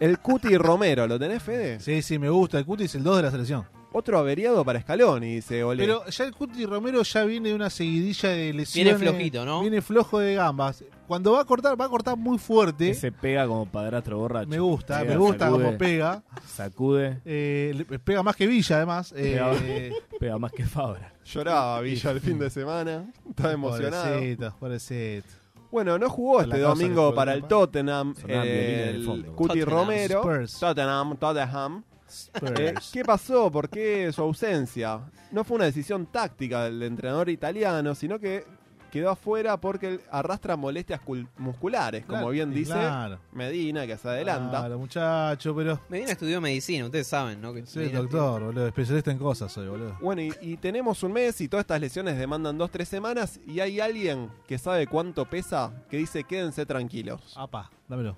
El Cuti Romero, ¿lo tenés, Fede? Sí, sí, me gusta. El Cuti es el 2 de la selección. Otro averiado para Scaloni, dice Ole. Pero ya el Cuti Romero ya viene de una seguidilla de lesiones. Viene flojito, ¿no? Viene flojo de gambas. Cuando va a cortar, va a cortar muy fuerte. Ese pega como padrastro borracho. Me gusta, Pega, me gusta sacude, como pega. Sacude. Eh, le- pega más que Villa, además. Eh, Pega, pega más que Fabra. Lloraba Villa el fin de semana. Estaba emocionado. Pobrecito, pobrecito. Bueno, no jugó La este causa le domingo fue para el capaz. Tottenham, Sonaba violín en el el fondo. Cuti Tottenham. Romero. Spurs. Tottenham, Tottenham. Spurs. Eh, ¿Qué pasó? ¿Por qué su ausencia? No fue una decisión táctica del entrenador italiano, sino que quedó afuera porque él arrastra molestias cul- musculares, como Claro, bien y dice claro. Medina, que se adelanta. Claro, muchacho, pero. Medina estudió medicina, ustedes saben, ¿no? Que Sí, Medina doctor, boludo. Especialista en cosas soy, boludo. Bueno, y, y tenemos un mes y todas estas lesiones demandan dos, tres semanas y hay alguien que sabe cuánto pesa que dice quédense tranquilos. Apa, dámelo.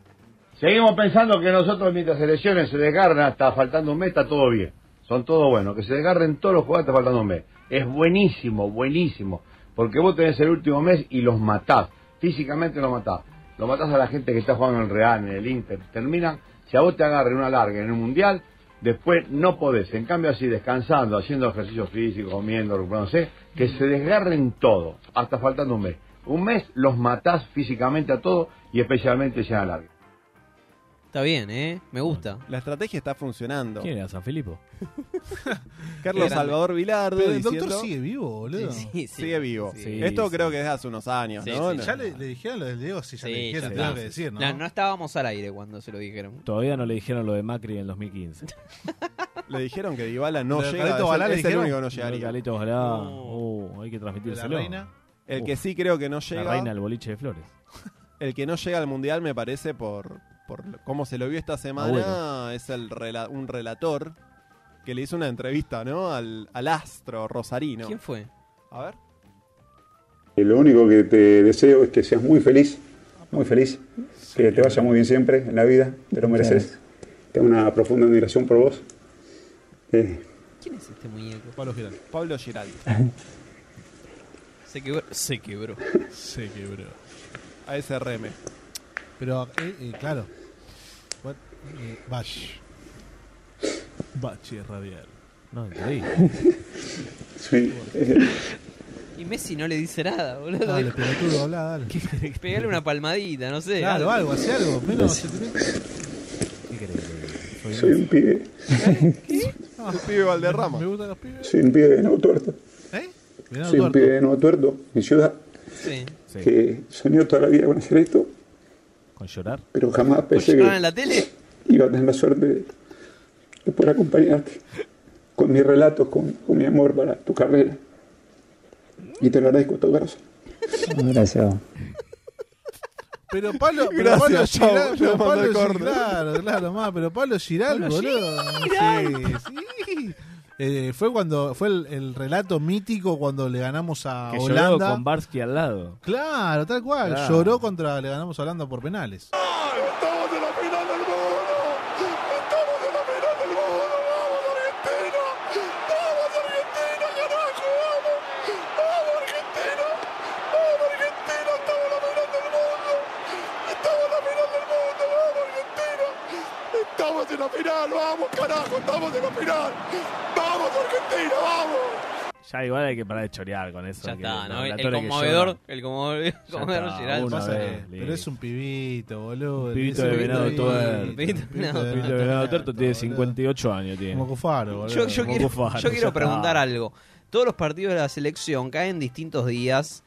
Seguimos pensando que nosotros mientras selecciones se desgarran hasta faltando un mes, está todo bien. Son todos buenos. Que se desgarren todos los jugadores hasta faltando un mes. Es buenísimo, buenísimo. Porque vos tenés el último mes y los matás. Físicamente los matás. Lo matás a la gente que está jugando en el Real, en el Inter. Terminan. Si a vos te agarren una larga en un mundial, después no podés. En cambio así, descansando, haciendo ejercicio físico, comiendo, recuperándose, que se desgarren todo. Hasta faltando un mes. Un mes los matás físicamente a todos y especialmente si a la larga. Está bien, ¿eh? Me gusta. La estrategia está funcionando. ¿Quién era San Filipo? Carlos Grande. Salvador Vilardo Pero el diciendo- doctor sigue vivo, boludo. Sí, sí, sigue vivo. sí. Esto Sí, creo que es de hace unos años, Sí, ¿no? sí, No- Ya le, le dijeron lo del Diego, si ya Sí, le ya dijeron, está. tengo que decir, ¿no? No, no estábamos al aire cuando se lo dijeron. Todavía no le dijeron lo de Macri en 2015. Le dijeron que Dybala no ¿Lo de llega. Carlitos es el- Balá le es el dijeron? único que no Lo de llegaría. Carlitos Balá, oh, hay que transmitírselo. ¿La reina? El que sí creo que no llega- La reina del boliche de flores. El que no llega al mundial, me parece, por, por lo- cómo se lo vio esta semana, Agüero. es el rela- un relator que le hizo una entrevista, ¿no? Al, al astro rosarino. ¿Quién fue? A ver. Y lo único que te deseo es que seas muy feliz, muy feliz, que te vaya muy bien siempre en la vida, te lo Muchas mereces. Tengo una profunda admiración por vos. Eh, ¿Quién es este muñeco? Pablo Giral. Pablo Giral. Se quebró. Se quebró. Se quebró. A ese reme. Pero, eh, eh, claclaro. Bueno, eh, Bash. Bache radial. No, increíble. soy- Y Messi no le dice nada, boludo. Dale, pelotudo, habla, dale. Pegale una palmadita, no sé. Claro, algo, hace algo. Menos. soy un pibe, El pibe Valderrama. Me gustan los pibes. ¿eh? soy un pibe de Nuevo Tuerto. Mirá, Soy un Eduardo. pibe de Nuevo Tuerto, mi ciudad, Sí. que soñó toda la vida con hacer esto, Con llorar. pero jamás pensé ¿Lloraron Pues, ah, en que la tele? iba a tener la suerte de, de poder acompañarte con mis relatos, con, con mi amor para tu carrera. Y te lo agradezco, todo corazón. Gracias. Pero Pablo, pero Gracias, Pablo chavo, Giral, lo pero mandó Pablo el Giral, corte. claro, claro, más, pero Pablo Giral, Pablo boludo. Giral. Sí, sí. Eh, fue cuando fue el, el relato mítico cuando le ganamos a Que lloró Holanda. con Barsky al lado. Claro, tal cual. Claro. Lloró contra le ganamos a Holanda por penales. ¡Estamos en la final del mundo! ¡Estamos en la final del mundo! ¡Vamos Argentina! ¡Vamos Argentina! ¡Carajo! ¡Vamos! ¡Vamos Argentina! ¡Vamos Argentina! ¡Estamos en la final del mundo! ¡Estamos en la final del mundo! ¡Vamos Argentina! ¡Estamos en la final! ¡Vamos carajo! ¡Estamos en la final! ¡Vamos Argentina! ¡Vamos! Ya igual hay que parar de chorear con eso. Ya que está, los ¿no? El relatores que conmovedor, lloran. el conmovedor, el Ya conmovedor está, Giral. una Pasa vez, que- listo. Pero es un pibito, boludo. Pibito Es un de venado pibito, tuerto. pibito, Pibito pibito de de venado tuerto tiene 58 años. Tiene. Como Cufaro, boludo. Yo, yo Como quiero, Cufaro, yo ya quiero está. preguntar algo. Todos los partidos de la selección caen distintos días.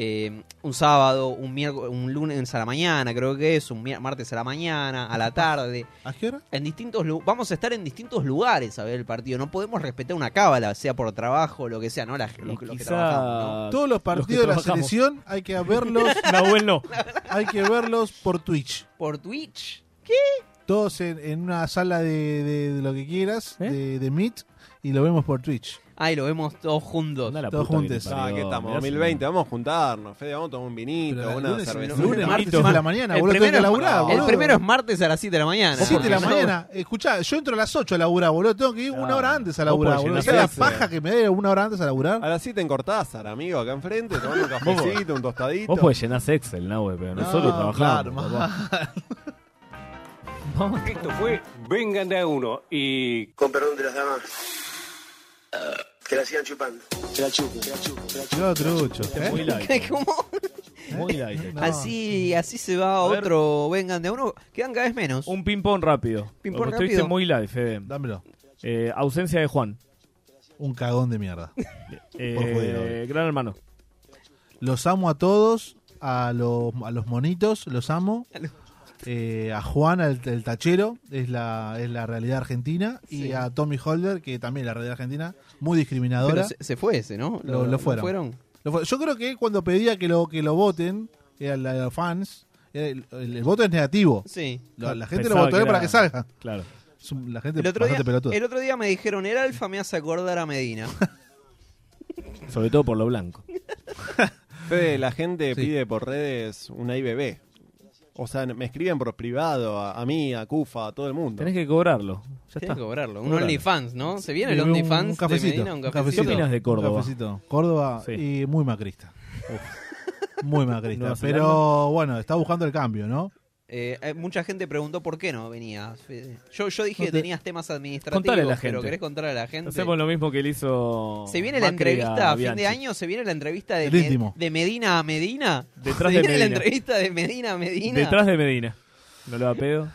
eh, un sábado, un miércoles, un lunes a la mañana, creo que es, un mier- martes a la mañana, a la tarde. ¿A qué hora? En distintos lu- vamos a estar en distintos lugares a ver el partido. No podemos respetar una cábala, sea por trabajo, lo que sea, no la, los, los que Quizá trabajamos. ¿no? Todos los partidos de la selección hay que verlos. Nahuel no. Hay que verlos por Twitch. Por Twitch. Todos en, en una sala de, de- de lo que quieras, de, de Meet, y lo vemos por Twitch. Ay, lo vemos todos juntos. Todos puta que te juntos. parió. Ah, que estamos, Mirá si 2020, vamos a juntarnos, Fede, vamos a tomar un vinito, Pero una lunes, cerveza. lunes, martes, siete de la mañana, boludo, tengo que primero, es- laburar, el boludo. primero es martes a las 7 de la mañana. 7 de la mañana. Escuchá, yo entro a las 8 a laburar, boludo. Tengo que ir una hora antes a Vos laburar, podés boludo. O sea, llenar la clase. paja que me da ir una hora antes a laburar. A las 7 en Cortázar, amigo, acá enfrente, tomando un cafecito, un tostadito. Vos podés llenar Excel, Nahue, pero nosotros trabajamos. papá. Esto fue Vengan de a uno y. Con perdón de las damas. que la sigan chupando. Que la chupen, que la chupen, que la Yo trucho. ¿eh? Muy light. ¿Cómo? Muy light. No. Así, así se va Ah, ver. otro, vengan de a uno, quedan cada vez menos. Un ping-pong rápido. Ping-pong Porque estuviste rápido. muy live, Fede. Dámelo. Eh, ausencia de Juan. Un cagón de mierda. Por judío, Eh, obvio. gran hermano. Los amo a todos, a los, a los monitos, los amo. Eh, a Juan, el, el tachero, es la, es la realidad argentina. Sí. Y a Tommy Holder, que también es la realidad argentina, muy discriminadora. Pero se, se fue ese, ¿no? Lo, lo fueron. Lo fue- Yo creo que cuando pedía que lo, que lo voten, era la- los fans, era el, el- el voto es negativo. Sí. Lo- la gente Ah, Pensaba lo votó que para era- que salga. Claro. Es un- la gente El otro, bastante día, pelotuda. el otro día me dijeron, el alfa me hace acordar a Medina. Sobre todo por lo blanco. Fede, la gente pide por redes una IBB. O sea, me escriben por privado, a, a mí, a Cufa, a todo el mundo. Tenés que cobrarlo. Ya Tienen está. que cobrarlo. Un Cobralo. OnlyFans, ¿no? Se Y viene el un- OnlyFans un de cafecito, Medina, un un cafecito. cafecito. ¿Qué opinas de Córdoba? Cafecito. Córdoba y muy macrista. Muy macrista. ¿Nueva Zelanda? Pero bueno, está buscando el cambio, ¿no? Eh, eh, mucha gente preguntó por qué no venías. Fede. Yo, yo dije No que te- tenías temas administrativos, Contale a la gente. pero querés contar a la gente. Hacemos lo mismo que le hizo. Se viene la Macri entrevista a fin Bianchi. de año, se viene la entrevista de, El Me- íntimo. de Medina a Medina. Detrás se viene de la Medina. entrevista de Medina a Medina. Detrás de Medina. No lo da pedo.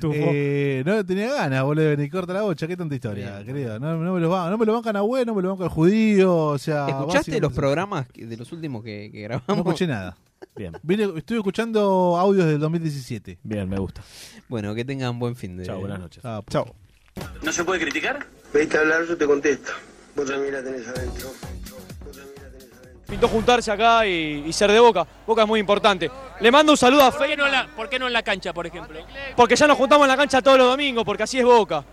Tufo. Eh, no tenía ganas, boludo, de venir corta la bocha. Qué tanta historia, querido. No, no me lo van, no me lo bancan a bueno, no me lo bancan al judío. O sea, ¿Escuchaste Ah, básicamente- los programas que- de los últimos que, que grabamos? No escuché nada. Bien. Vine- estuve escuchando audios del 2017. Bien, me gusta. Bueno, que tengan buen fin de Chao, buenas noches. Chao. pues. ¿No se puede criticar? Vete a hablar, yo te contesto. Vos también la tenés adentro. Pintó juntarse acá y, y ser de Boca. Boca es muy importante. Le mando un saludo a ¿Por Fe, qué, no en la, por qué no en la cancha, por ejemplo? porque ya nos juntamos en la cancha todos los domingos, porque así es Boca.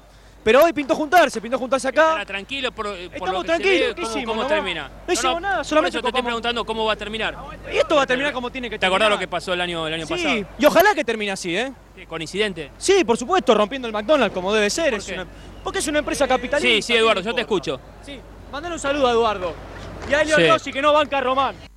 Pero hoy pintó juntarse, pintó juntarse acá. Estará tranquilo por, por Estamos lo que tranquilos, se ve, ¿qué ¿cómo, hicimos, cómo no? termina? No hicimos nada, por solamente eso te estoy copamos. preguntando cómo va a terminar. Y esto va a terminar como tiene que ¿Te acordás terminar. lo que pasó el año, el año pasado? Sí, y ojalá que termine así, ¿eh? Sí, Con incidente. Sí, por supuesto, rompiendo el McDonald's como debe ser. es una- porque es una empresa capitalista. Sí, sí, Eduardo, yo te escucho. Mandale un saludo a Eduardo. Y a Elio Sí. Rossi, que no banca a Román.